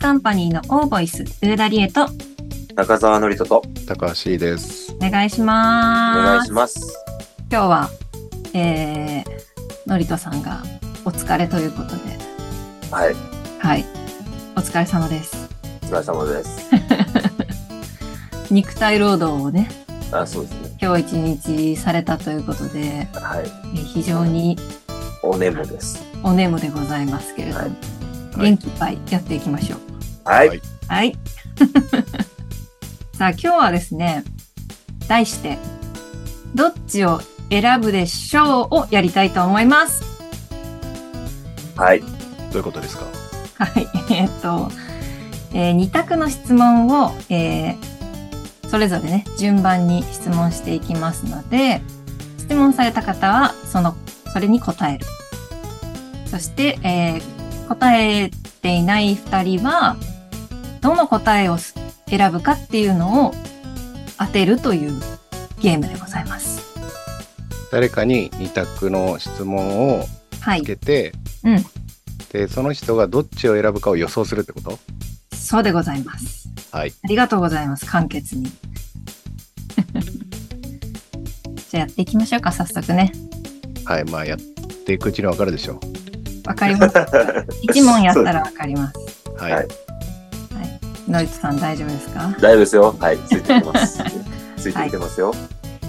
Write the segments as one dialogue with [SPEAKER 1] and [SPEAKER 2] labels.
[SPEAKER 1] カンパニーのオーボイス、ブーダリエと
[SPEAKER 2] 中澤のりとと
[SPEAKER 3] 高橋です。
[SPEAKER 1] お願いし
[SPEAKER 2] お
[SPEAKER 1] ます。
[SPEAKER 2] 願いします。
[SPEAKER 1] 今日は、えー、のりとさんがお疲れということで、
[SPEAKER 2] はい、
[SPEAKER 1] はい。お疲れ様です。
[SPEAKER 2] お疲れ様 です。
[SPEAKER 1] 肉体労働をね、
[SPEAKER 2] あ、そうですね。
[SPEAKER 1] 今日一日されたということで、
[SPEAKER 2] はい、
[SPEAKER 1] えー非常に
[SPEAKER 2] おねむです。
[SPEAKER 1] おねむでございますけれども、
[SPEAKER 2] はい
[SPEAKER 3] はい
[SPEAKER 1] 元気いっぱいやっていきましょう。
[SPEAKER 2] はい、
[SPEAKER 3] はい
[SPEAKER 1] はい。 さあ、今日はですね、題して、どっちを選ぶでしょうをやりたいと思います。
[SPEAKER 2] はい、
[SPEAKER 3] どういうことですか。
[SPEAKER 1] はい。 えっと、え2択の質問を、えーそれぞれね、順番に質問していきますので、質問された方は、その、それに答える。そして、えー答えていない2人は、どの答えをす選ぶかっていうのを当てるというゲームでございます。
[SPEAKER 3] 誰かに二択の質問を
[SPEAKER 1] はい
[SPEAKER 3] つ。けて、
[SPEAKER 1] はいうん
[SPEAKER 3] でその人がどっちを選ぶかを予想するってこと。
[SPEAKER 1] そうでございます。
[SPEAKER 3] はい。
[SPEAKER 1] ありがとうございます。簡潔に。じゃあやっていきましょうか、早速ね。
[SPEAKER 3] はい、まあやっていくうちにわかるでしょ
[SPEAKER 1] わかります。 一問やったらわかります。
[SPEAKER 3] う。はい。
[SPEAKER 2] はい
[SPEAKER 1] ノイツさん大丈夫ですか
[SPEAKER 2] 大丈夫ですよ。はい、ついてきます。 ついてきてますよ。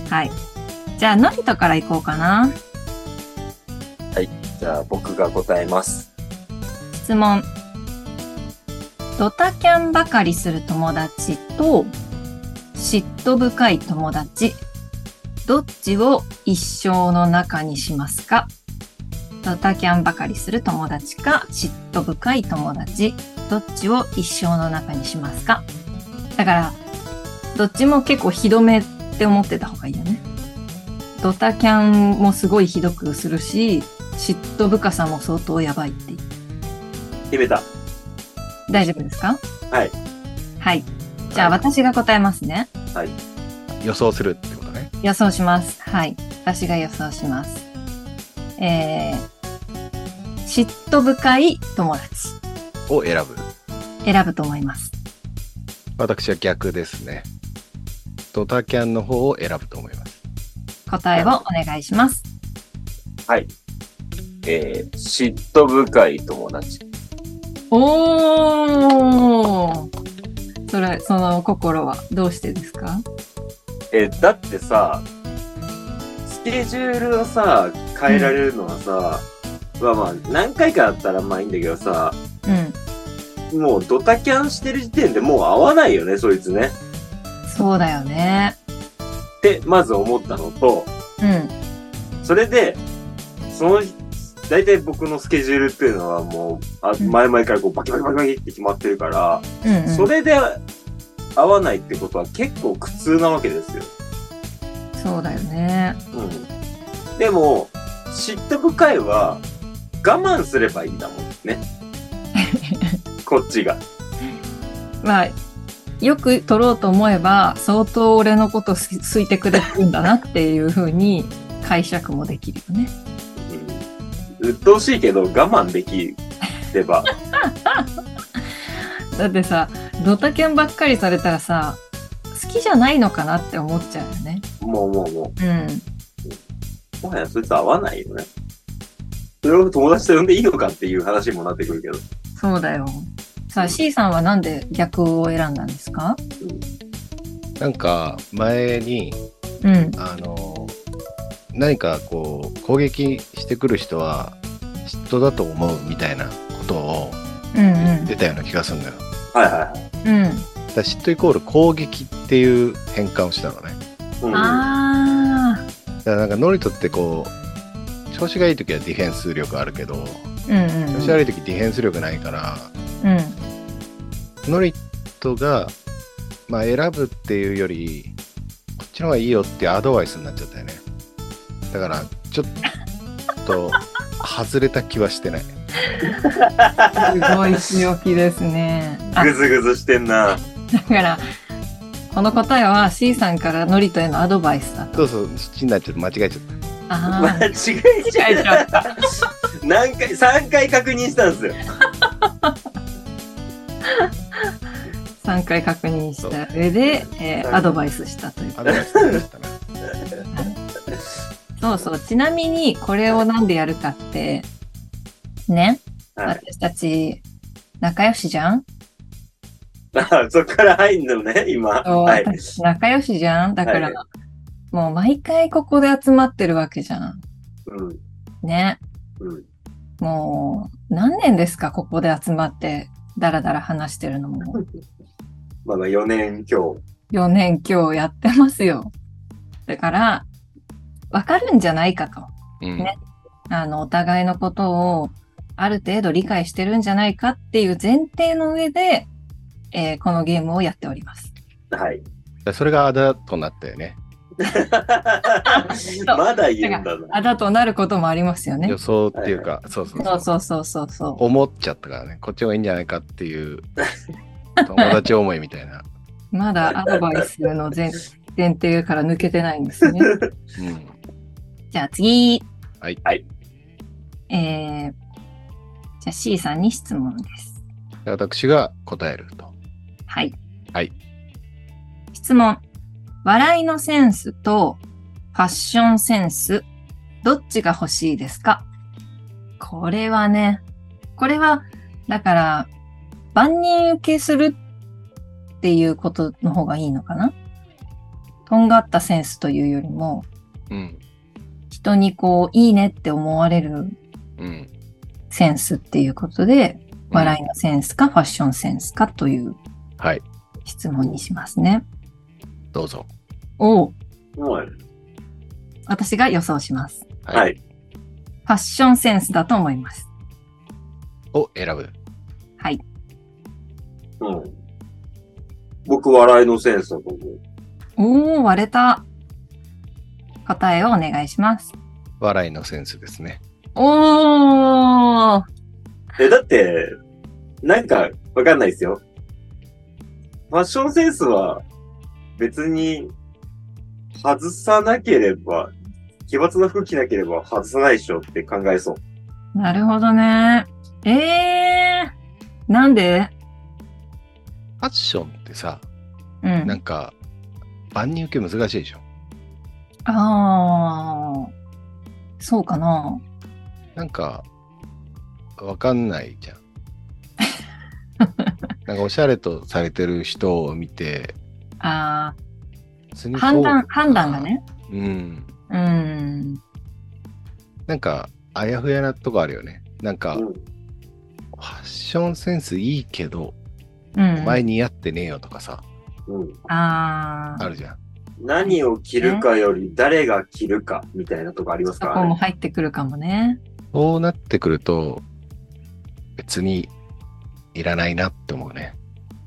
[SPEAKER 1] はい。じゃあ、ノリトから行こうかな。
[SPEAKER 2] じゃあ、僕が答えます。
[SPEAKER 1] 質問。ドタキャンばかりする友達と、嫉妬深い友達、どっちを一生の中にしますかドタキャンばかりする友達か、嫉妬深い友達、どっちを一生の中にしますかだから、どっちも結構ひどめって思ってた方がいいよね。ドタキャンもすごいひどくするし、嫉妬深さも相当やばいっていう
[SPEAKER 2] 決めた。
[SPEAKER 1] 大丈夫ですか
[SPEAKER 2] はい。
[SPEAKER 1] はい。じゃあ、
[SPEAKER 2] はい
[SPEAKER 1] 私が答えますね。
[SPEAKER 2] はい。
[SPEAKER 3] 予想するってことね。
[SPEAKER 1] 予想します。はい。私が予想します。えー、嫉妬深い友達
[SPEAKER 3] を選ぶ。
[SPEAKER 1] 選ぶと思います。
[SPEAKER 3] 私は逆ですね。ドタキャンの方を選ぶと思います。
[SPEAKER 1] 答えをお願いします。
[SPEAKER 2] えー、嫉妬深い友達。
[SPEAKER 1] おーそれ、その心はどうしてですか
[SPEAKER 2] えーだってさ、スケジュールをさ、変えられるのはさ、まあまあ、何回かあったらまあいいんだけどさ、
[SPEAKER 1] うん。
[SPEAKER 2] もうドタキャンしてる時点でもう合わないよね、そいつね。
[SPEAKER 1] そうだよね。
[SPEAKER 2] って、まず思ったのと、
[SPEAKER 1] うん。
[SPEAKER 2] それで、その、大体僕のスケジュールっていうのはもう、あ
[SPEAKER 1] うん
[SPEAKER 2] 前々からこうバキバキバキバキって決まってるから、
[SPEAKER 1] うん、うん。
[SPEAKER 2] それで合わないってことは結構苦痛なわけですよ。
[SPEAKER 1] そうだよね。
[SPEAKER 2] うん。でも、嫉妬深いは、我慢すればいいんだもんね。こっちが。
[SPEAKER 1] まあ、よく取ろうと思えば、相当俺のことす好いてくれてるんだなっていうふうに解釈もできるよね。
[SPEAKER 2] うん。鬱陶しいけど我慢できれば。
[SPEAKER 1] だってさ、ドタキャンばっかりされたらさ、好きじゃないのかなって思っちゃうよね。
[SPEAKER 2] もうもうも
[SPEAKER 1] うん。
[SPEAKER 2] う、もはやそいつ合わないよね。それを友達と呼んでいいのかっていう話にもなってくるけど。
[SPEAKER 1] そうだよ。さあ、C さんはなんで逆を選んだんですか
[SPEAKER 3] なんか前に
[SPEAKER 1] うん。
[SPEAKER 3] あの何かこう攻撃してくる人は嫉妬だと思うみたいなことを
[SPEAKER 1] うん
[SPEAKER 3] 言ってたような気がするんだよ。
[SPEAKER 2] はいはいはい。
[SPEAKER 1] うん。
[SPEAKER 3] だから嫉妬イコール攻撃っていう変換をしたのね。
[SPEAKER 2] う
[SPEAKER 1] うんん。ああ。
[SPEAKER 3] だからなんかノリトってこう調子がいい時はディフェンス力あるけど
[SPEAKER 1] うん
[SPEAKER 3] 調子悪い時ディフェンス力ないから、
[SPEAKER 1] うん。
[SPEAKER 3] ノリトが、まあ、選ぶっていうよりこっちの方がいいよってアドバイスになっちゃったよね。だからちょっ と外れた気はしてない。
[SPEAKER 1] すごい強気ですね。あ
[SPEAKER 2] ぐずぐずしてんな。
[SPEAKER 1] だから、この答えは C さんからノリトへのアドバイスだと。
[SPEAKER 3] そうそう、そっちになっちゃって間違えちゃっ
[SPEAKER 1] あ
[SPEAKER 2] 間違えちゃった。何回、3回確認したんですよ。
[SPEAKER 1] 3回確認し
[SPEAKER 3] そう
[SPEAKER 1] た上で、えー
[SPEAKER 2] はい
[SPEAKER 1] アドバイスしたという
[SPEAKER 3] アドバイスでしたね。
[SPEAKER 1] そうそうちなみにこれをなんでやるかってね、
[SPEAKER 2] はい。
[SPEAKER 1] 私たち仲良しじゃん
[SPEAKER 2] あそっから入んのね、今。
[SPEAKER 1] そう
[SPEAKER 2] はい。
[SPEAKER 1] 私仲良しじゃんだから、
[SPEAKER 2] はい
[SPEAKER 1] もう毎回ここで集まってるわけじゃん
[SPEAKER 2] うん。
[SPEAKER 1] ね
[SPEAKER 2] うん。
[SPEAKER 1] もう何年ですかここで集まってダラダラ話してるのも
[SPEAKER 2] まあまあ4年強。
[SPEAKER 1] 4年今日やってますよだからわかるんじゃないかと
[SPEAKER 3] うん
[SPEAKER 1] ねあの、お互いのことをある程度理解してるんじゃないかっていう前提の上で、えーこのゲームをやっております。
[SPEAKER 2] はい。
[SPEAKER 3] でそれがあだとなったよね。
[SPEAKER 2] まだ言うんだな。
[SPEAKER 1] あだとなることもありますよね
[SPEAKER 3] 予。想っていうか、そうそう
[SPEAKER 1] そ
[SPEAKER 3] そうう。
[SPEAKER 1] そうそうそうそ
[SPEAKER 3] 思っちゃったからね、こっちがいいんじゃないかっていう 友達思いみたいな。
[SPEAKER 1] う。まだアドバイスの前前提から抜けてないんです ね。
[SPEAKER 3] うん、
[SPEAKER 1] じゃあ次。
[SPEAKER 3] はい
[SPEAKER 2] はい。
[SPEAKER 1] えー、じゃあ C さんに質問です。
[SPEAKER 3] で私が答えると。
[SPEAKER 1] はい。
[SPEAKER 3] はい。
[SPEAKER 1] 質問。笑いのセンスとファッションセンス、どっちが欲しいですかこれはね、これは、だから、万人受けするっていうことの方がいいのかなとんがったセンスというよりも、
[SPEAKER 3] うん。
[SPEAKER 1] 人にこう、いいねって思われる
[SPEAKER 3] うん。
[SPEAKER 1] センスっていうことで、笑いのセンスかファッションセンスかという
[SPEAKER 3] はい。
[SPEAKER 1] 質問にしますね。
[SPEAKER 3] どうぞ。
[SPEAKER 1] を
[SPEAKER 2] もう
[SPEAKER 1] 私が予想します。
[SPEAKER 2] はい。
[SPEAKER 1] ファッションセンスだと思います。
[SPEAKER 3] を選ぶ。
[SPEAKER 1] はい。
[SPEAKER 2] うん。僕、笑いのセンスだと思う。
[SPEAKER 1] おー、割れた。答えをお願いします。
[SPEAKER 3] 笑いのセンスですね。
[SPEAKER 1] おー
[SPEAKER 2] え、だって、なんか、わかんないですよ。ファッションセンスは、別に、外さなければ、奇抜な服着なければ外さないでしょって考えそう。
[SPEAKER 1] なるほどね。えー、なんで
[SPEAKER 3] ファッションってさ、
[SPEAKER 1] う
[SPEAKER 3] なん
[SPEAKER 1] ん。
[SPEAKER 3] か、万人受け難しいでしょ。
[SPEAKER 1] あー、そうかな。
[SPEAKER 3] なんか、わかんない じゃん。なんか、おしゃれとされてる人を見て、
[SPEAKER 1] あ
[SPEAKER 3] ス
[SPEAKER 1] ー、
[SPEAKER 3] ニーカー
[SPEAKER 1] 判
[SPEAKER 3] を
[SPEAKER 1] 断、判断がね。
[SPEAKER 3] うん。
[SPEAKER 1] うん。
[SPEAKER 3] なんか、あやふやなとこあるよね。なんか、
[SPEAKER 2] うん。
[SPEAKER 3] ファッションセンスいいけど、
[SPEAKER 1] う
[SPEAKER 3] お前
[SPEAKER 1] ん。
[SPEAKER 3] 似合ってねえよとかさ、
[SPEAKER 2] うん。
[SPEAKER 1] あ
[SPEAKER 3] あ
[SPEAKER 1] ー、
[SPEAKER 3] るじゃん。
[SPEAKER 2] 何を着るかより誰が着るかみたいなとこあります
[SPEAKER 1] そ
[SPEAKER 2] か
[SPEAKER 1] こ
[SPEAKER 2] ら
[SPEAKER 1] も
[SPEAKER 2] ね。
[SPEAKER 1] 入ってくるかもね。
[SPEAKER 3] そうなってくると、別にいらないなって思うね。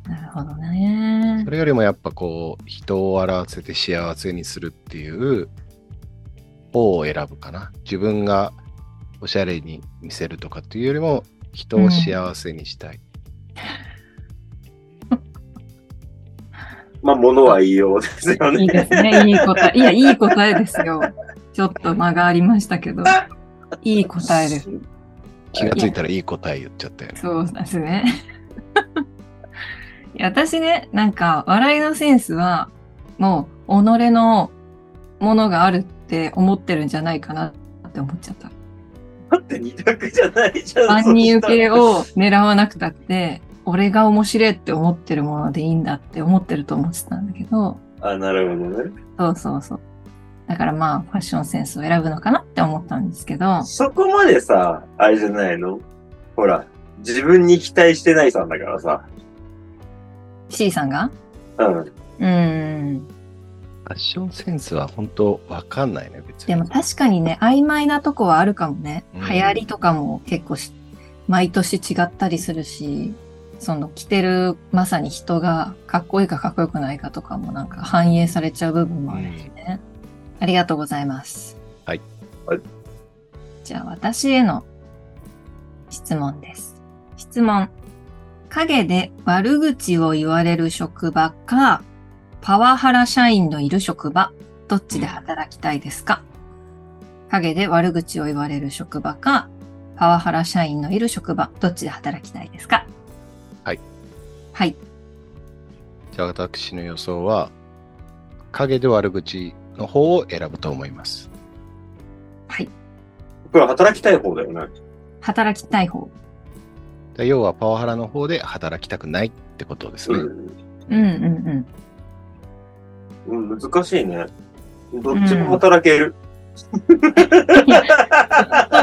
[SPEAKER 1] なるほどね
[SPEAKER 3] そ。れよりもやっぱこう、人を笑わせて幸せにするっていう方を選ぶかな。自分がおしゃれに見せるとかっていうよりも、人を幸せにしたい。
[SPEAKER 2] まあ、物は言いようですよね。
[SPEAKER 1] いいですね。いい答え。いや、いい答えですよ。ちょっと間がありましたけど。いい答えです。
[SPEAKER 3] 気がついたらいい答え言っちゃったよね。
[SPEAKER 1] そうですね。いや私ね、なんか、笑いのセンスは、もう、己のものがあるって思ってるんじゃないかなって思っちゃった。
[SPEAKER 2] だって二択じゃないじゃん。
[SPEAKER 1] 万人受け
[SPEAKER 2] そ
[SPEAKER 1] を狙わなくたって、俺が面白いって思ってるものでいいんだって思ってると思ってたんだけど、
[SPEAKER 2] したら。あ、なるほどね。
[SPEAKER 1] そうそうそう。だからまあ、ファッションセンスを選ぶのかなって思ったんですけど、
[SPEAKER 2] そこまでさ、あれじゃないのほら、自分に期待してないさんだからさ。
[SPEAKER 1] C さんが
[SPEAKER 2] うん。
[SPEAKER 1] うーん。
[SPEAKER 3] ファッションセンスは本当わかんないね、別に。
[SPEAKER 1] でも確かにね、曖昧なとこはあるかもね。
[SPEAKER 3] う
[SPEAKER 1] 流
[SPEAKER 3] ん
[SPEAKER 1] 行りとかも結構し、毎年違ったりするし、その着てるまさに人がかっこいいかかっこよくないかとかもなんか反映されちゃう部分もあるしね。ありがとうございます。
[SPEAKER 3] はい。
[SPEAKER 2] はい
[SPEAKER 1] じゃあ私への質問です。質問。陰で悪口を言われる職場か、パワハラ社員のいる職場、どっちで働きたいですか、陰で悪口を言われる職場か、パワハラ社員のいる職場、どっちで働きたいですか
[SPEAKER 3] はい。
[SPEAKER 1] はい。
[SPEAKER 3] じゃあ私の予想は、影で悪口の方を選ぶと思います。
[SPEAKER 2] 僕は働きたい方だよね。
[SPEAKER 1] 働きたい方。
[SPEAKER 3] で要はパワハラの方で働きたくないってことですね。
[SPEAKER 1] うんうんうん。
[SPEAKER 2] うん。うん、難しいね。どっちも働ける。
[SPEAKER 1] そう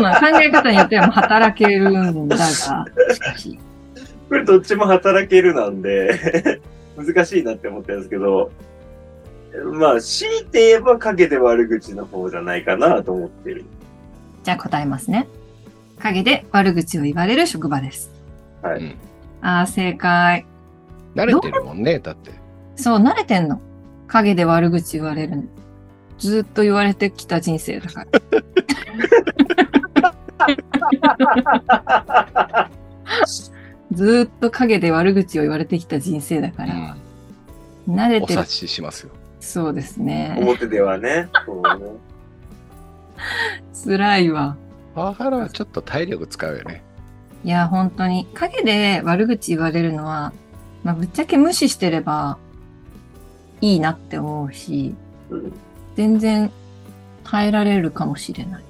[SPEAKER 1] なの考え方によってはもう働けるんだが、
[SPEAKER 2] これどっちも働けるなんで、 難しいなって思ったんですけど、まあ、強いて言えば陰で悪口の方じゃないかなと思ってる。
[SPEAKER 1] じゃあ答えますね。陰で悪口を言われる職場です。
[SPEAKER 2] はい。
[SPEAKER 3] うん
[SPEAKER 1] ああ、正解。
[SPEAKER 3] 慣れてるもんね、だって。
[SPEAKER 1] そう、慣れてんの。陰で悪口言われるの。ずーっと言われてきた人生だから。ずーっと陰で悪口を言われてきた人生だか
[SPEAKER 3] う
[SPEAKER 1] ら。
[SPEAKER 3] ん
[SPEAKER 1] 慣れ
[SPEAKER 3] お
[SPEAKER 1] てる
[SPEAKER 3] 察。ししますよ。
[SPEAKER 1] そうですね。
[SPEAKER 2] 表ではね。そうね
[SPEAKER 1] 辛いわ。
[SPEAKER 3] パワハラはちょっと体力使うよね。
[SPEAKER 1] いや、本当に。陰で悪口言われるのは、まあ、ぶっちゃけ無視してればいいなって思うし、
[SPEAKER 2] うん
[SPEAKER 1] 全然耐えられるかもしれない。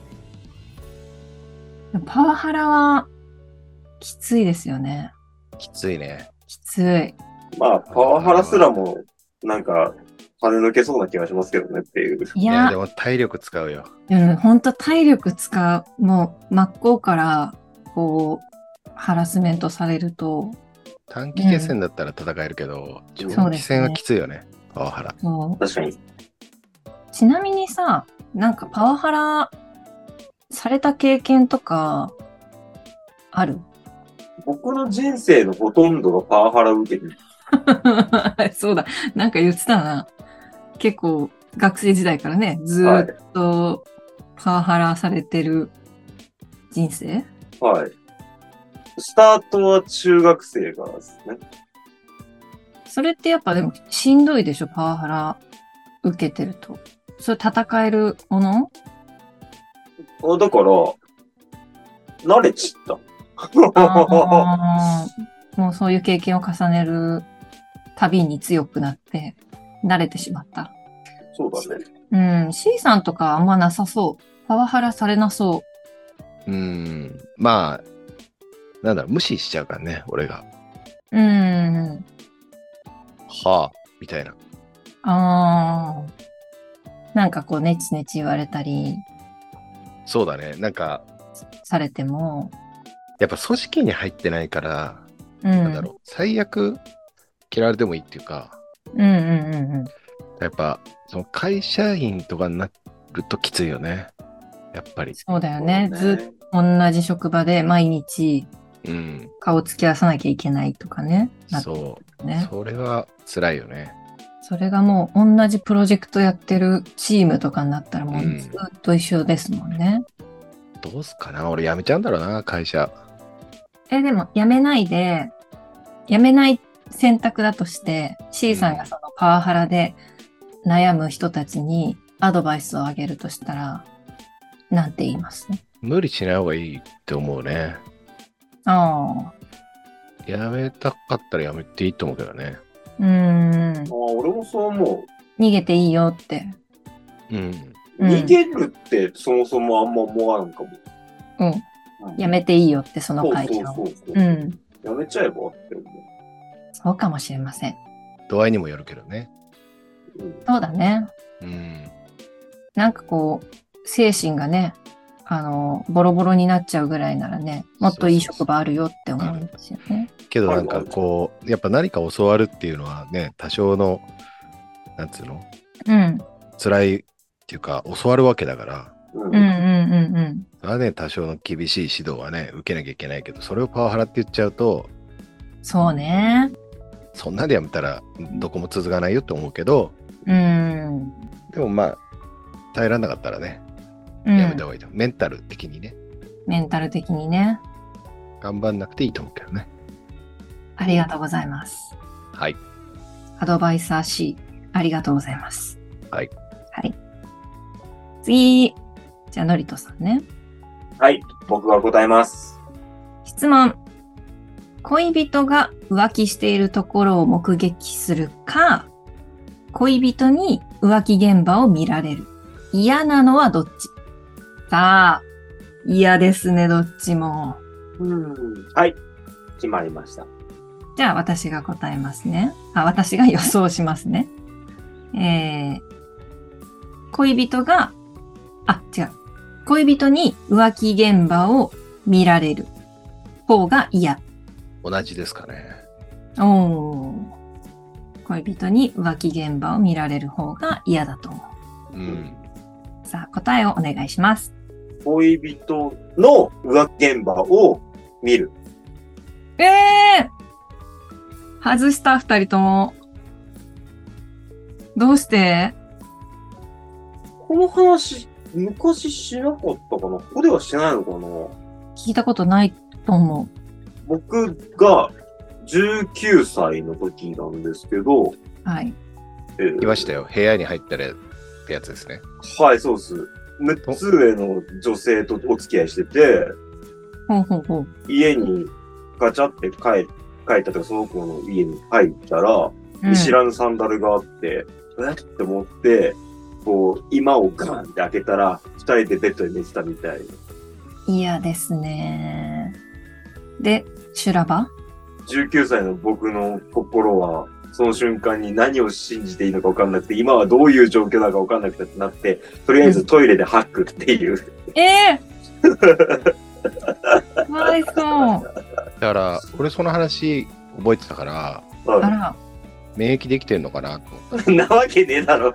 [SPEAKER 1] パワハラは、きついですよね。
[SPEAKER 3] きついね。
[SPEAKER 1] きつい。
[SPEAKER 2] まあ、パワハラすらも、なんか、跳ね抜けそうな気がしますけどねっていう。
[SPEAKER 1] い
[SPEAKER 3] いや、
[SPEAKER 1] や
[SPEAKER 3] で、も体力使うよ。
[SPEAKER 1] うん、本当体力使う。もう、真っ向から、こう、ハラスメントされると、
[SPEAKER 3] 短期決戦だったら戦えるけど、長期戦はきついよね。パワハラ。
[SPEAKER 1] そう
[SPEAKER 2] 確かに。
[SPEAKER 1] ちなみにさ、なんかパワハラされた経験とか、ある
[SPEAKER 2] 僕の人生のほとんどがパワハラを受けてる。
[SPEAKER 1] そうだ、なんか言ってたな。結構学生時代からね、ず
[SPEAKER 2] は
[SPEAKER 1] ー
[SPEAKER 2] い
[SPEAKER 1] っ。とパワハラされてる人生
[SPEAKER 2] はい。スタートは中学生からですね。
[SPEAKER 1] それってやっぱでもしんどいでしょ、パワハラ受けてると。それ戦えるもの
[SPEAKER 2] あだから、慣れちった。
[SPEAKER 1] あーもうそういう経験を重ねるたびに強くなって、慣れてしまった。
[SPEAKER 2] そうだね。
[SPEAKER 1] うん、C さんとかあんまなさそう。パワハラされなそう
[SPEAKER 3] ーん。まあ、なんだろう、無視しちゃうからね、俺が。
[SPEAKER 1] う。うん。
[SPEAKER 3] はあ、みたいな。
[SPEAKER 1] ああ。なんかこう、ネチネチ言われたり
[SPEAKER 3] そうだね。なんか、
[SPEAKER 1] されても。
[SPEAKER 3] やっぱ組織に入ってないから、
[SPEAKER 1] うん。
[SPEAKER 3] なんだろう、最悪嫌われてもいいっていうか、
[SPEAKER 1] うんうんうんうん。
[SPEAKER 3] やっぱ、その会社員とかになるときついよね。やっぱり。
[SPEAKER 1] そうだよね。
[SPEAKER 2] そう
[SPEAKER 1] ずっと同じ職場で毎日
[SPEAKER 3] うん。
[SPEAKER 1] 顔つき合わさなきゃいけないとかね。なって
[SPEAKER 3] そ
[SPEAKER 1] ね
[SPEAKER 3] う。。それは辛いよね。
[SPEAKER 1] それがもう同じプロジェクトやってるチームとかになったらもうずっと一緒ですもんね。
[SPEAKER 3] どうすっかな俺辞めちゃうんだろうな、会社。
[SPEAKER 1] え、でも、やめないで、やめない選択だとして、C さんがそのパワハラで悩む人たちにアドバイスをあげるとしたら、なんて言います
[SPEAKER 3] 無理しない方がいいって思うね。
[SPEAKER 1] あ
[SPEAKER 3] 辞めたかったら辞めていいと思うけどね。
[SPEAKER 1] あ、うーん
[SPEAKER 2] あ、俺もそう思
[SPEAKER 1] 逃げていいよって。
[SPEAKER 3] うん。
[SPEAKER 2] う。
[SPEAKER 1] うん
[SPEAKER 2] 逃げるってそもそもあんま思わんかも。
[SPEAKER 1] うん。
[SPEAKER 2] うん
[SPEAKER 1] やめていいよって、その
[SPEAKER 2] そう
[SPEAKER 1] 会社
[SPEAKER 2] そ
[SPEAKER 1] を。
[SPEAKER 2] うそうそうう。
[SPEAKER 1] ん。
[SPEAKER 2] やめちゃえばって思
[SPEAKER 1] そうかもしれません。
[SPEAKER 3] 度合いにもよるけどね。
[SPEAKER 2] う。うん
[SPEAKER 1] そうだね。
[SPEAKER 3] うん。
[SPEAKER 1] なんかこう、精神がね、あの、ボロボロになっちゃうぐらいならね、もっといい職場あるよって思うんですよね。
[SPEAKER 3] けどなんかこう、やっぱ何か教わるっていうのはね、多少の、なんつうの
[SPEAKER 1] うん。
[SPEAKER 3] 辛いっていうか、教わるわけだから、
[SPEAKER 2] う
[SPEAKER 1] うんうんう
[SPEAKER 2] ん。
[SPEAKER 1] んうん。
[SPEAKER 3] それはね、多少の厳しい指導はね、受けなきゃいけないけど、それをパワハラって言っちゃうと、
[SPEAKER 1] そうね。
[SPEAKER 3] そんなんでやめたらどこも続かないよって思うけど、
[SPEAKER 1] うん。
[SPEAKER 3] でもまあ、耐えられなかったらね、
[SPEAKER 1] う
[SPEAKER 3] やめた
[SPEAKER 1] ん、
[SPEAKER 3] 方がいいと思うメンタル的にね、
[SPEAKER 1] メンタル的にね。
[SPEAKER 3] 頑張んなくていいと思うけどね。
[SPEAKER 1] ありがとうございます。
[SPEAKER 3] はい。
[SPEAKER 1] アドバイザー C、ありがとうございます。
[SPEAKER 3] はい。
[SPEAKER 1] はい。次、じゃあ、のりとさんね。
[SPEAKER 2] はい、僕が答えます。
[SPEAKER 1] 質問。恋人が浮気しているところを目撃するか、恋人に浮気現場を見られる。嫌なのはどっちさあ、嫌ですね、どっちも。
[SPEAKER 2] うん。はい。決まりました。
[SPEAKER 1] じゃあ私が答えますね。あ、私が予想しますね。えー、恋人が、あ、違う。恋人に浮気現場を見られる方が嫌。
[SPEAKER 3] 同じですかね。
[SPEAKER 1] おー恋人に浮気現場を見られる方が嫌だと思
[SPEAKER 3] うん。
[SPEAKER 1] う。さあ、答えをお願いします。
[SPEAKER 2] 恋人の浮気現場を見る。
[SPEAKER 1] ええー、外した二人とも。どうして
[SPEAKER 2] この話、昔しなかったかなここではしてないのかな
[SPEAKER 1] 聞いたことないと思
[SPEAKER 2] 僕が19歳の時なんですけど、
[SPEAKER 1] う。はい。
[SPEAKER 2] えー
[SPEAKER 3] いましたよ。部屋に入ったらってやつですね。
[SPEAKER 2] はい、そうです。6つ上の女性とお付き合いしてて、
[SPEAKER 1] ほうほうほう。
[SPEAKER 2] 家にガチャって帰帰ったとか、その子の家に入ったら、
[SPEAKER 1] う
[SPEAKER 2] 見知らぬサンダルがあって、えっって思って、こう、今をガンって開けたら、二人でベッドに寝てたみたい。
[SPEAKER 1] 嫌ですね。で、修羅場
[SPEAKER 2] 19歳の僕の心は、その瞬間に何を信じていいのか分かんなくて、今はどういう状況だか分かんなくてってなって、とりあえずトイレで吐くっていう。
[SPEAKER 1] ええー、かわいそう。
[SPEAKER 3] だから、俺その話覚えてたから、
[SPEAKER 1] あ
[SPEAKER 2] は
[SPEAKER 1] ら、
[SPEAKER 3] 免疫できてんのかなと思った。
[SPEAKER 2] いなわけねえだろ。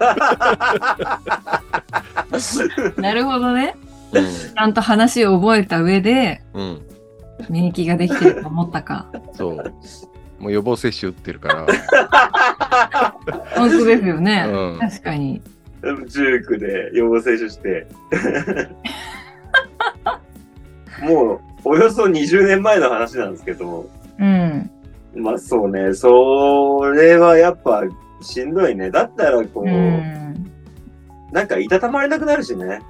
[SPEAKER 1] なるほどね。ちゃんと話を覚えた上で、
[SPEAKER 3] うん。
[SPEAKER 1] 免疫ができてると思った か。
[SPEAKER 3] そう。もう予防接種打ってるから。
[SPEAKER 1] 本当ですよ ね。
[SPEAKER 3] うん
[SPEAKER 1] 確かに。
[SPEAKER 2] 19で予防接種して。 もう、およそ20年前の話なんですけど、
[SPEAKER 1] うん。
[SPEAKER 2] まあそうね、それはやっぱしんどいね。だったらこ
[SPEAKER 1] う
[SPEAKER 2] う、
[SPEAKER 1] ん。うん
[SPEAKER 2] なんかいたたまれなくなるしね、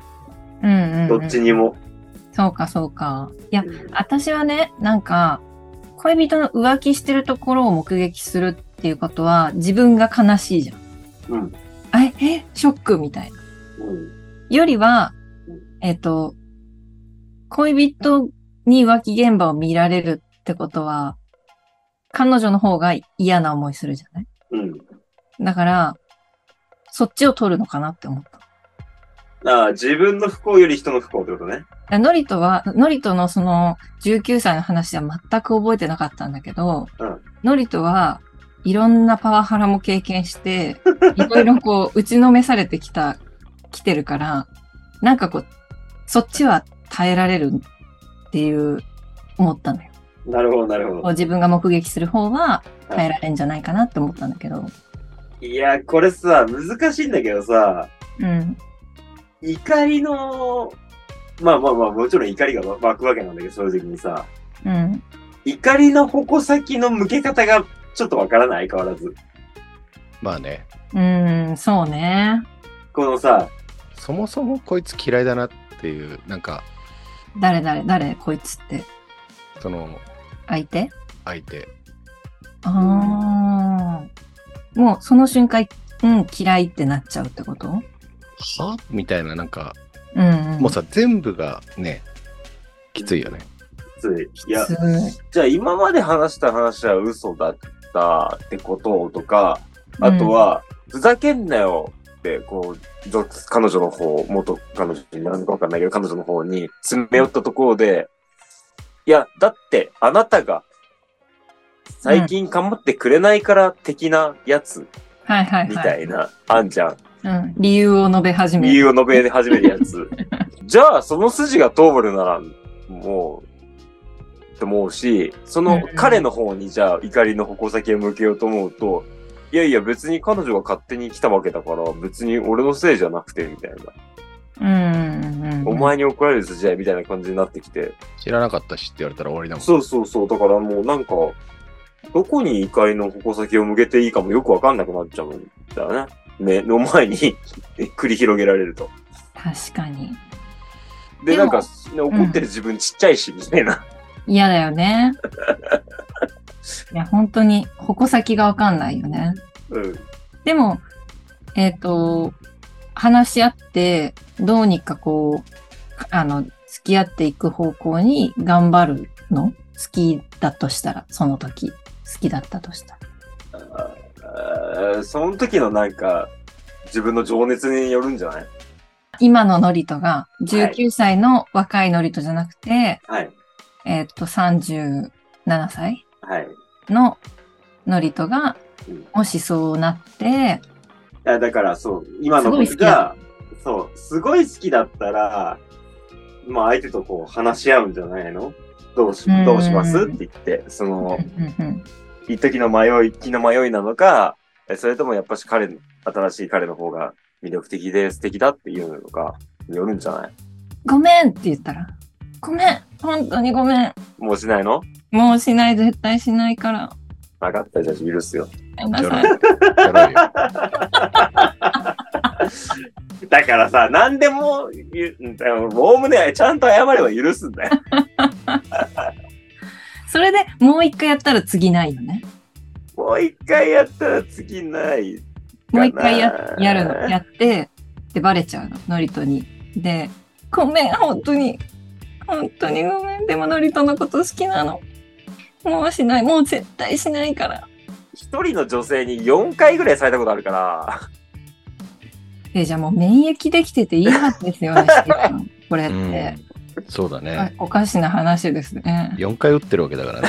[SPEAKER 1] うんうん
[SPEAKER 2] どっちにも。
[SPEAKER 1] そうか、そうか。いや、私はね、なんか、恋人の浮気してるところを目撃するっていうことは、自分が悲しいじゃん。
[SPEAKER 2] うん。
[SPEAKER 1] あえ、え、ショックみたいな。
[SPEAKER 2] うん。
[SPEAKER 1] よりは
[SPEAKER 2] うん、
[SPEAKER 1] えっ、と、恋人に浮気現場を見られるってことは、彼女の方が嫌な思いするじゃない
[SPEAKER 2] うん。
[SPEAKER 1] だから、そっちを取るのかなって思った。
[SPEAKER 2] ああ、自分の不幸より人の不幸ってことね。
[SPEAKER 1] だノリトは、ノリトのその19歳の話は全く覚えてなかったんだけど、
[SPEAKER 2] うん
[SPEAKER 1] ノリトはいろんなパワハラも経験して、 いろいろこう、打ちのめされてきた、来てるから、なんかこう、そっちは耐えられるっていう、思ったのよ。
[SPEAKER 2] なるほど、なるほ
[SPEAKER 1] こう
[SPEAKER 2] ど。
[SPEAKER 1] 自分が目撃する方は耐えられるんじゃないかなって思ったんだけど。
[SPEAKER 2] いや、これさ、難しいんだけどさ、
[SPEAKER 1] うん。
[SPEAKER 2] 怒りの、まあまあまあ、もちろん怒りが湧くわけなんだけど、そういう時にさ、
[SPEAKER 1] うん。
[SPEAKER 2] 怒りの矛先の向け方がちょっとわからない、変わらず。
[SPEAKER 3] まあね、
[SPEAKER 1] うん、そうね。
[SPEAKER 2] このさ、
[SPEAKER 3] そもそもこいつ嫌いだなっていう、なんか、
[SPEAKER 1] 誰誰誰こいつって。
[SPEAKER 3] その
[SPEAKER 1] 相手
[SPEAKER 3] 相手。
[SPEAKER 1] ああ。もうその瞬間、うん、嫌いってなっちゃうってこと
[SPEAKER 3] はみたいな、なんか、
[SPEAKER 1] うん、うん。
[SPEAKER 3] もうさ、全部がね、きついよね。
[SPEAKER 2] つい、いや、
[SPEAKER 1] すごい
[SPEAKER 2] じゃあ今まで話した話は嘘だったってこととか、あと、は、ふざけんなよって、こう、女彼女の方、元彼女に何かわかんないけど、彼女の方に詰め寄ったところで、いや、だってあなたが最近頑張ってくれないから的なやつ
[SPEAKER 1] うんはいはいはい。
[SPEAKER 2] みたいな、あんじゃん。
[SPEAKER 1] うん、理由を述べ始め
[SPEAKER 2] 理
[SPEAKER 1] る。
[SPEAKER 2] 由を述べ始めるやつ。 じゃあ、その筋が通るなら、もう、って思うし、その
[SPEAKER 1] うん
[SPEAKER 2] 彼の方にじゃあ怒りの矛先を向けようと思うと、いやいや別に彼女が勝手に来たわけだから、別に俺のせいじゃなくて、みたいな。
[SPEAKER 1] うんうんうん。
[SPEAKER 2] お前に怒られる筋合いみたいな感じになってきて。
[SPEAKER 3] 知らなかったしって言われたら終わりだもん。
[SPEAKER 2] そうそうそう。だからもうなんか、どこに怒りの矛先を向けていいかもよくわかんなくなっちゃうんだよね。目の前に 繰り広げられると。
[SPEAKER 1] 確かに。
[SPEAKER 2] で、
[SPEAKER 1] で
[SPEAKER 2] なん
[SPEAKER 1] も
[SPEAKER 2] か、ね怒ってる自分ちっちゃいし、みたいな。
[SPEAKER 1] 嫌だよ ね。いや、本当に、矛先がわかんないよね。
[SPEAKER 2] うん。
[SPEAKER 1] でも、えっ、と、話し合って、どうにかこう、あの、付き合っていく方向に頑張るの好きだとしたら、その時、好きだったとしたら。
[SPEAKER 2] あーその時のなんか、自分の情熱によるんじゃない
[SPEAKER 1] 今のノリトが、
[SPEAKER 2] い
[SPEAKER 1] 19歳の若いノリトじゃなくて、
[SPEAKER 2] はい。
[SPEAKER 1] えっ、と、37歳
[SPEAKER 2] はい。い
[SPEAKER 1] のノリトが
[SPEAKER 2] うん、
[SPEAKER 1] もしそうなって、
[SPEAKER 2] や、だからそう、今の
[SPEAKER 1] すごい
[SPEAKER 2] 僕が、そう、すごい好きだったら、まあ相手とこう話し合うんじゃないのどうし
[SPEAKER 1] うん、
[SPEAKER 2] どうしますって言って、その、
[SPEAKER 1] うんうんうん
[SPEAKER 2] 一時の迷い、気の迷いなのか、えそれともやっぱし彼の、新しい彼の方が魅力的で素敵だっていうのか、によるんじゃない
[SPEAKER 1] ごめんって言ったら、ごめん本当にごめん
[SPEAKER 2] もうしないの
[SPEAKER 1] もうしない、絶対しないから。
[SPEAKER 2] 分かった、じゃあ許すよ。
[SPEAKER 1] ごめんな
[SPEAKER 3] ちょろ
[SPEAKER 1] さ
[SPEAKER 3] い
[SPEAKER 1] い。
[SPEAKER 3] ちょろいよ
[SPEAKER 2] だからさ、何でもゆ、おおむねちゃんと謝れば許すんだよ。
[SPEAKER 1] それでもう一回やったら次ないよね。
[SPEAKER 2] もう一回やったら次ないかな。
[SPEAKER 1] もう一回ややるの、やって、で、バレちゃうの、ノリトに。で、ごめん、本当に。本当にごめん。でもノリトのこと好きなの。もうしない、もう絶対しないから。
[SPEAKER 2] 一人の女性に4回ぐらいされたことあるから、
[SPEAKER 1] え、じゃあもう免疫できてていいはずですよね、シゲさんこれっ
[SPEAKER 3] う
[SPEAKER 1] て。
[SPEAKER 3] んそうだね、
[SPEAKER 1] あおかしな話ですね。
[SPEAKER 3] 4回打ってるわけだからね。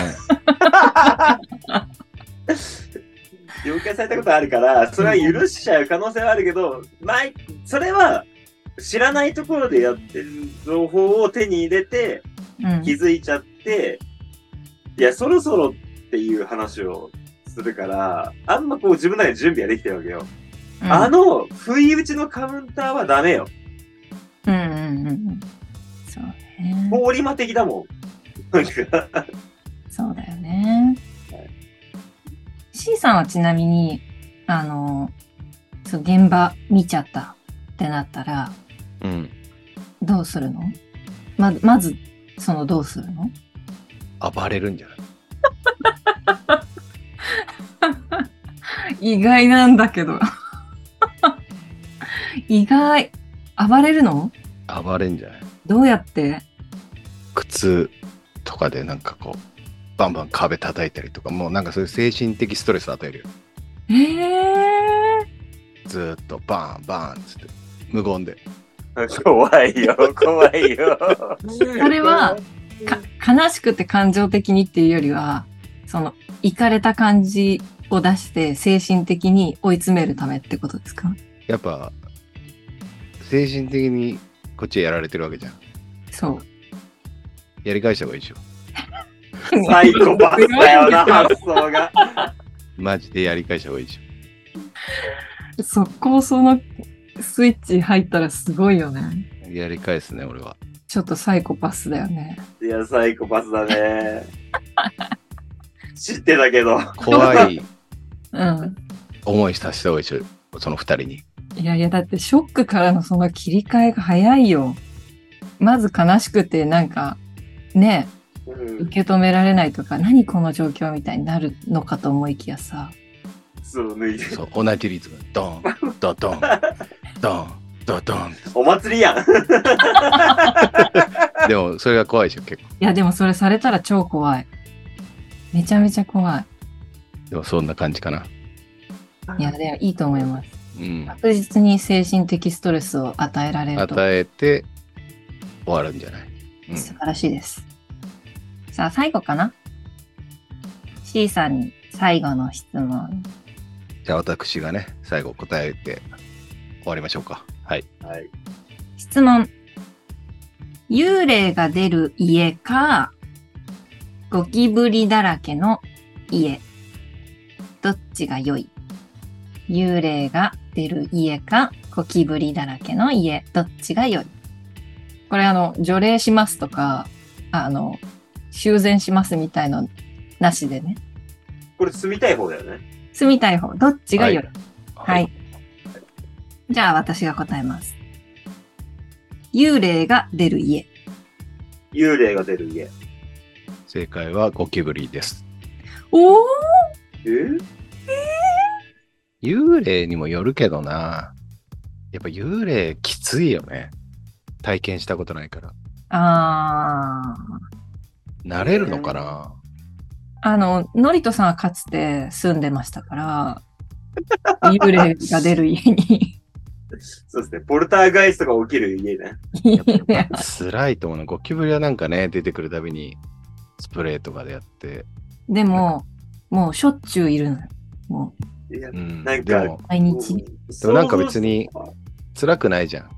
[SPEAKER 2] 4回されたことあるから、それは許しちゃう可能性はあるけど、ないそれは知らないところでやってる情報を手に入れて、
[SPEAKER 1] うん
[SPEAKER 2] 気づいちゃって、いや、そろそろっていう話をするから、あんまこう自分の中で準備ができてるわけよ。
[SPEAKER 1] うん
[SPEAKER 2] あの、不意打ちのカウンターはダメよ。
[SPEAKER 1] うんうんうんうん。そうね。
[SPEAKER 2] 通り魔的だもん。なんか
[SPEAKER 1] そうだよね。C さんはちなみに、あの、そう、現場見ちゃったってなったら、
[SPEAKER 3] うん。
[SPEAKER 1] どうするのま、まず、その、どうするの
[SPEAKER 3] 暴れるんじゃない
[SPEAKER 1] 意外なんだけど。意外。暴れるの
[SPEAKER 3] 暴れんじゃない
[SPEAKER 1] どうやって
[SPEAKER 3] 靴とかでなんかこう、バンバン壁叩いたりとか、もうなんかそういう精神的ストレス与えるよ。
[SPEAKER 1] ええ
[SPEAKER 3] ずーっとバーンバーンっつって、無言で。
[SPEAKER 2] 怖いよ、怖いよ。
[SPEAKER 1] それは、か、悲しくて感情的にっていうよりは、その、いかれた感じを出して精神的に追い詰めるためってことですか
[SPEAKER 3] やっぱ、精神的にこっちはやられてるわけじゃん。
[SPEAKER 1] そう。
[SPEAKER 3] やり返した方がいいでしょ。
[SPEAKER 2] サイコパスだよな、発想 が。
[SPEAKER 3] マジでやり返した方がいいでしょ。
[SPEAKER 1] 速攻そのスイッチ入ったらすごいよね。
[SPEAKER 3] やり返すね、俺は。
[SPEAKER 1] ちょっとサイコパスだよね。
[SPEAKER 2] いや、サイコパスだね。知ってたけど。
[SPEAKER 3] 怖い
[SPEAKER 1] うん。
[SPEAKER 3] 思いさせた方がいいでしょ。その二人に。
[SPEAKER 1] いやいや、だってショックからのその切り替えが早いよ。まず悲しくてなんか、ね、
[SPEAKER 2] うん
[SPEAKER 1] 受け止められないとか、何この状況みたいになるのかと思いきやさ。
[SPEAKER 2] そう、脱いで。
[SPEAKER 3] そう、同じリズム。ドン、ドドン、ドン、ドドン。
[SPEAKER 2] お祭りやん。
[SPEAKER 3] でも、それが怖いでしょ、結構。
[SPEAKER 1] いや、でもそれされたら超怖い。めちゃめちゃ怖い。
[SPEAKER 3] でも、そんな感じかな。
[SPEAKER 1] いや、でもいいと思います。
[SPEAKER 3] うん。
[SPEAKER 1] 確実に精神的ストレスを与えられると。
[SPEAKER 3] 与えて、終わるんじゃない、うん
[SPEAKER 1] 素晴らしいです。さあ、最後かな ?C さんに最後の質問。
[SPEAKER 3] じゃあ、私がね、最後答えて、終わりましょうか。はい。
[SPEAKER 2] はい。
[SPEAKER 1] 質問。幽霊が出る家か、ゴキブリだらけの家。どっちが良い幽霊が出る家か、ゴキブリだらけの家。どっちが良いこれあの、除霊しますとか、あの、修繕しますみたいのなしでね。
[SPEAKER 2] これ住みたい方だよね。
[SPEAKER 1] 住みたい方、どっちがよる、はい、
[SPEAKER 3] はい。
[SPEAKER 1] じゃあ私が答えます。幽霊が出る家。
[SPEAKER 2] 幽霊が出る家。
[SPEAKER 3] 正解はゴキブリです。
[SPEAKER 1] おお
[SPEAKER 2] え
[SPEAKER 3] 幽霊にもよるけどな。やっぱ幽霊きついよね。体験したことないから。
[SPEAKER 1] あ
[SPEAKER 3] 慣れるのかな、
[SPEAKER 1] あ。あの、のりとさんはかつて住んでました から、幽霊が出る家に。
[SPEAKER 2] そうですね。ポルターガイストが起きる家ね。
[SPEAKER 1] い
[SPEAKER 3] やっぱ
[SPEAKER 1] いね
[SPEAKER 3] 辛いと思うな。ゴキブリはなんかね、出てくるたびにスプレーとかでやって。
[SPEAKER 1] でも、もうしょっちゅういるのよ。もう
[SPEAKER 2] いや
[SPEAKER 3] う、ん、
[SPEAKER 2] なんか
[SPEAKER 3] でも
[SPEAKER 1] 毎日。
[SPEAKER 3] でもなんか別に辛くないじゃん。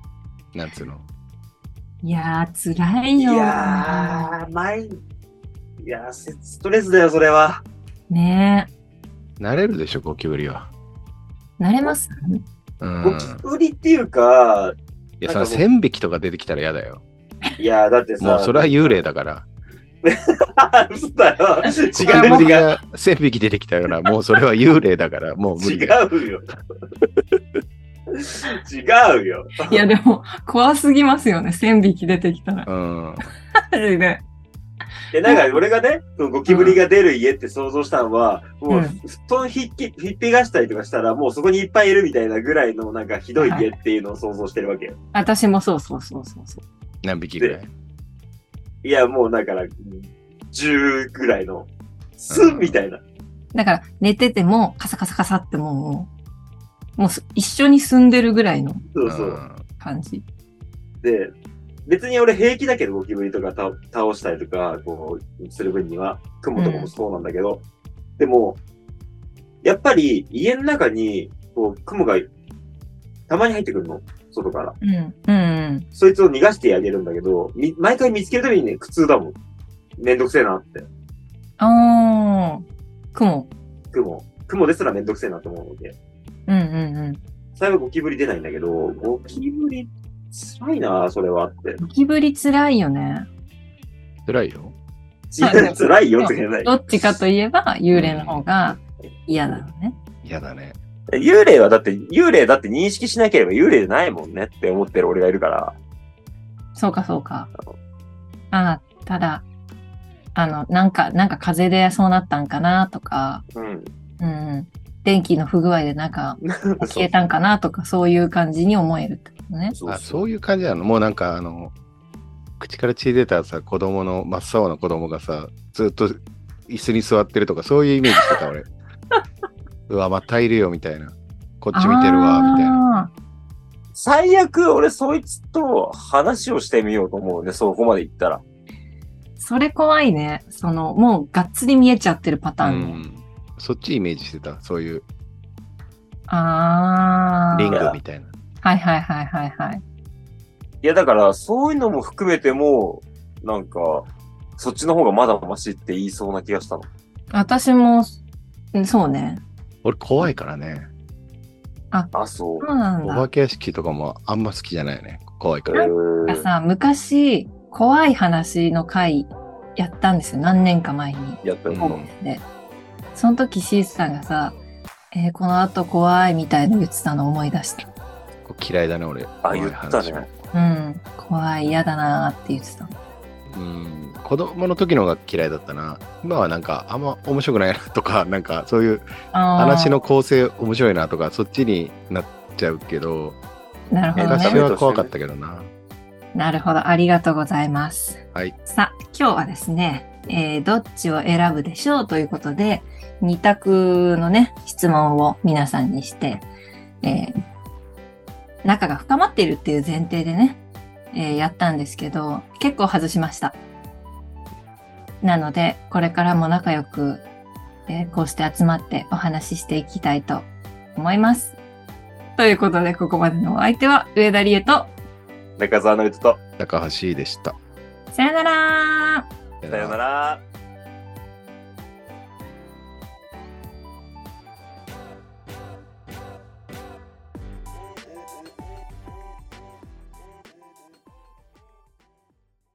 [SPEAKER 3] なんつうの。
[SPEAKER 1] いやー、辛い
[SPEAKER 2] い
[SPEAKER 1] よ。
[SPEAKER 2] やー、毎日。いやー、ストレスだよ、それは。
[SPEAKER 1] ね
[SPEAKER 3] 慣れるでしょ、ゴキブリは。
[SPEAKER 1] え。慣れ ます
[SPEAKER 3] うん。
[SPEAKER 2] ゴキブリっていうか、
[SPEAKER 3] いや、
[SPEAKER 2] な
[SPEAKER 3] そ
[SPEAKER 2] ん
[SPEAKER 3] の
[SPEAKER 2] かもう
[SPEAKER 3] 1000匹とか出てきたら嫌だよ。
[SPEAKER 2] いやー、だってさ、
[SPEAKER 3] もう それは幽霊だから。
[SPEAKER 2] 嘘だよ。
[SPEAKER 3] ゴキブ
[SPEAKER 2] 違う
[SPEAKER 3] リが1000匹出てきたような、もうそれは幽霊だから、もう無理だよ。
[SPEAKER 2] 違うよ。違うよ。
[SPEAKER 1] いや、でも、怖すぎますよね。1000匹出てきたら。
[SPEAKER 3] うん。
[SPEAKER 1] マジで。
[SPEAKER 2] で、なんか俺がね、そのゴキブリが出る家って想像したのは、もう、
[SPEAKER 1] うん
[SPEAKER 2] 布団ひっき、ひっぺがしたりとかしたら、もうそこにいっぱいいるみたいなぐらいの、なんかひどい家っていうのを想像してるわけよ。
[SPEAKER 1] 私もそうそうそうそうそう。
[SPEAKER 3] 何匹ぐらい。
[SPEAKER 2] いや、もうだから、10ぐらいの、す
[SPEAKER 3] うん
[SPEAKER 2] みたいな。
[SPEAKER 1] だから、寝てても、カサカサカサってもう、もうす一緒に住んでるぐらいの
[SPEAKER 2] そうそう。
[SPEAKER 3] ん
[SPEAKER 1] 感じ。
[SPEAKER 2] で、別に俺平気だけど、ゴキブリとか倒倒したりとか、こう、する分には、クモとかもそうなんだけど、でも、やっぱり家の中に、こう、クモがたまに入ってくるの、外から。
[SPEAKER 1] うん。うんうん。
[SPEAKER 2] そいつを逃がしてあげるんだけど、み毎回見つけるたびにね、苦痛だもん。めんどくせえなって。
[SPEAKER 1] あー。雲。
[SPEAKER 2] クモ。クモですらめんどくせえなと思うので。
[SPEAKER 1] うんうんうん。
[SPEAKER 2] 幸いゴキブリ出ないんだけど、ゴキブリ、辛いなそれはって。
[SPEAKER 1] ゴキブリ辛いよね。
[SPEAKER 3] 辛いよ。
[SPEAKER 1] はい
[SPEAKER 2] 辛いよって言えない。
[SPEAKER 1] どっちかといえば、幽霊の方が嫌なのね。
[SPEAKER 3] 嫌だね。
[SPEAKER 2] 幽霊はだって、幽霊だって認識しなければ幽霊じゃないもんねって思ってる俺がいるから。
[SPEAKER 1] そうかそうか。ああ、ただ、あの、なんか、なんか風邪でそうなったんかなとか、
[SPEAKER 2] うん。
[SPEAKER 1] うん。電気の不具合でなんか消えたんかなとか、そういう感じに思えるってことね。
[SPEAKER 2] そう
[SPEAKER 3] あ
[SPEAKER 2] そ。
[SPEAKER 3] そうういう感じなのもうなんかあの口から血出たさ子供の真っ青な子供がさずっと椅子に座ってるとかそういうイメージして た俺うわまたいるよみたいなこっち見てるわみたいな
[SPEAKER 1] な。
[SPEAKER 2] 最悪俺そいつと話をしてみようと思うね、そこまで行ったら。
[SPEAKER 1] それ怖いね。その、もうがっつり見えちゃってるパター
[SPEAKER 3] う
[SPEAKER 1] ンね。
[SPEAKER 3] んそっちイメージしてたそういう
[SPEAKER 1] ああ。
[SPEAKER 3] リングみたいな
[SPEAKER 1] はいはいはいはいはい。
[SPEAKER 2] いやだからそういうのも含めても、なんか、そっちの方がまだマシって言いそうな気がしたの。
[SPEAKER 1] 私も、うんそうね。
[SPEAKER 3] 俺怖いからね
[SPEAKER 2] あ、そ
[SPEAKER 1] そ
[SPEAKER 2] う
[SPEAKER 1] う。なん
[SPEAKER 3] お
[SPEAKER 1] だ
[SPEAKER 3] 化。け屋敷とかもあんま好きじゃないよね怖いか
[SPEAKER 2] へ
[SPEAKER 3] ら
[SPEAKER 2] ー
[SPEAKER 1] なんかさ、昔、怖い話の回やったんですよ。何年か前に。
[SPEAKER 2] やったよ、
[SPEAKER 3] うん
[SPEAKER 1] で、その時シースさんがさ、えーこの後怖いみたいな言ってたの思い出した。
[SPEAKER 3] 嫌いだね俺
[SPEAKER 2] あ、
[SPEAKER 3] 怖い
[SPEAKER 2] 言った
[SPEAKER 3] 話も
[SPEAKER 2] ね。
[SPEAKER 1] うん。怖い、嫌だなーって言ってたの。
[SPEAKER 3] うん子供の時のが嫌いだったな今はなんかあんま面白くないなとかなんかそういう
[SPEAKER 1] あー
[SPEAKER 3] 話の。構成面白いなとかそっちになっちゃうけど
[SPEAKER 1] なるほど
[SPEAKER 3] 昔
[SPEAKER 1] ね。
[SPEAKER 3] は怖かったけどな、
[SPEAKER 1] なるほど。ありがとうございます。
[SPEAKER 3] はい。
[SPEAKER 1] さあ、今日はですね、えーどっちを選ぶでしょうということで、二択のね、質問を皆さんにして、えー仲が深まっているっていう前提でね、えーやったんですけど、結構外しました。なので、これからも仲良く、えーこうして集まってお話ししていきたいと思います。ということで、ここまでのお相手は、上田理恵と、
[SPEAKER 2] 中澤のりとと、
[SPEAKER 3] 高橋でした
[SPEAKER 1] さよなら
[SPEAKER 2] さよなら。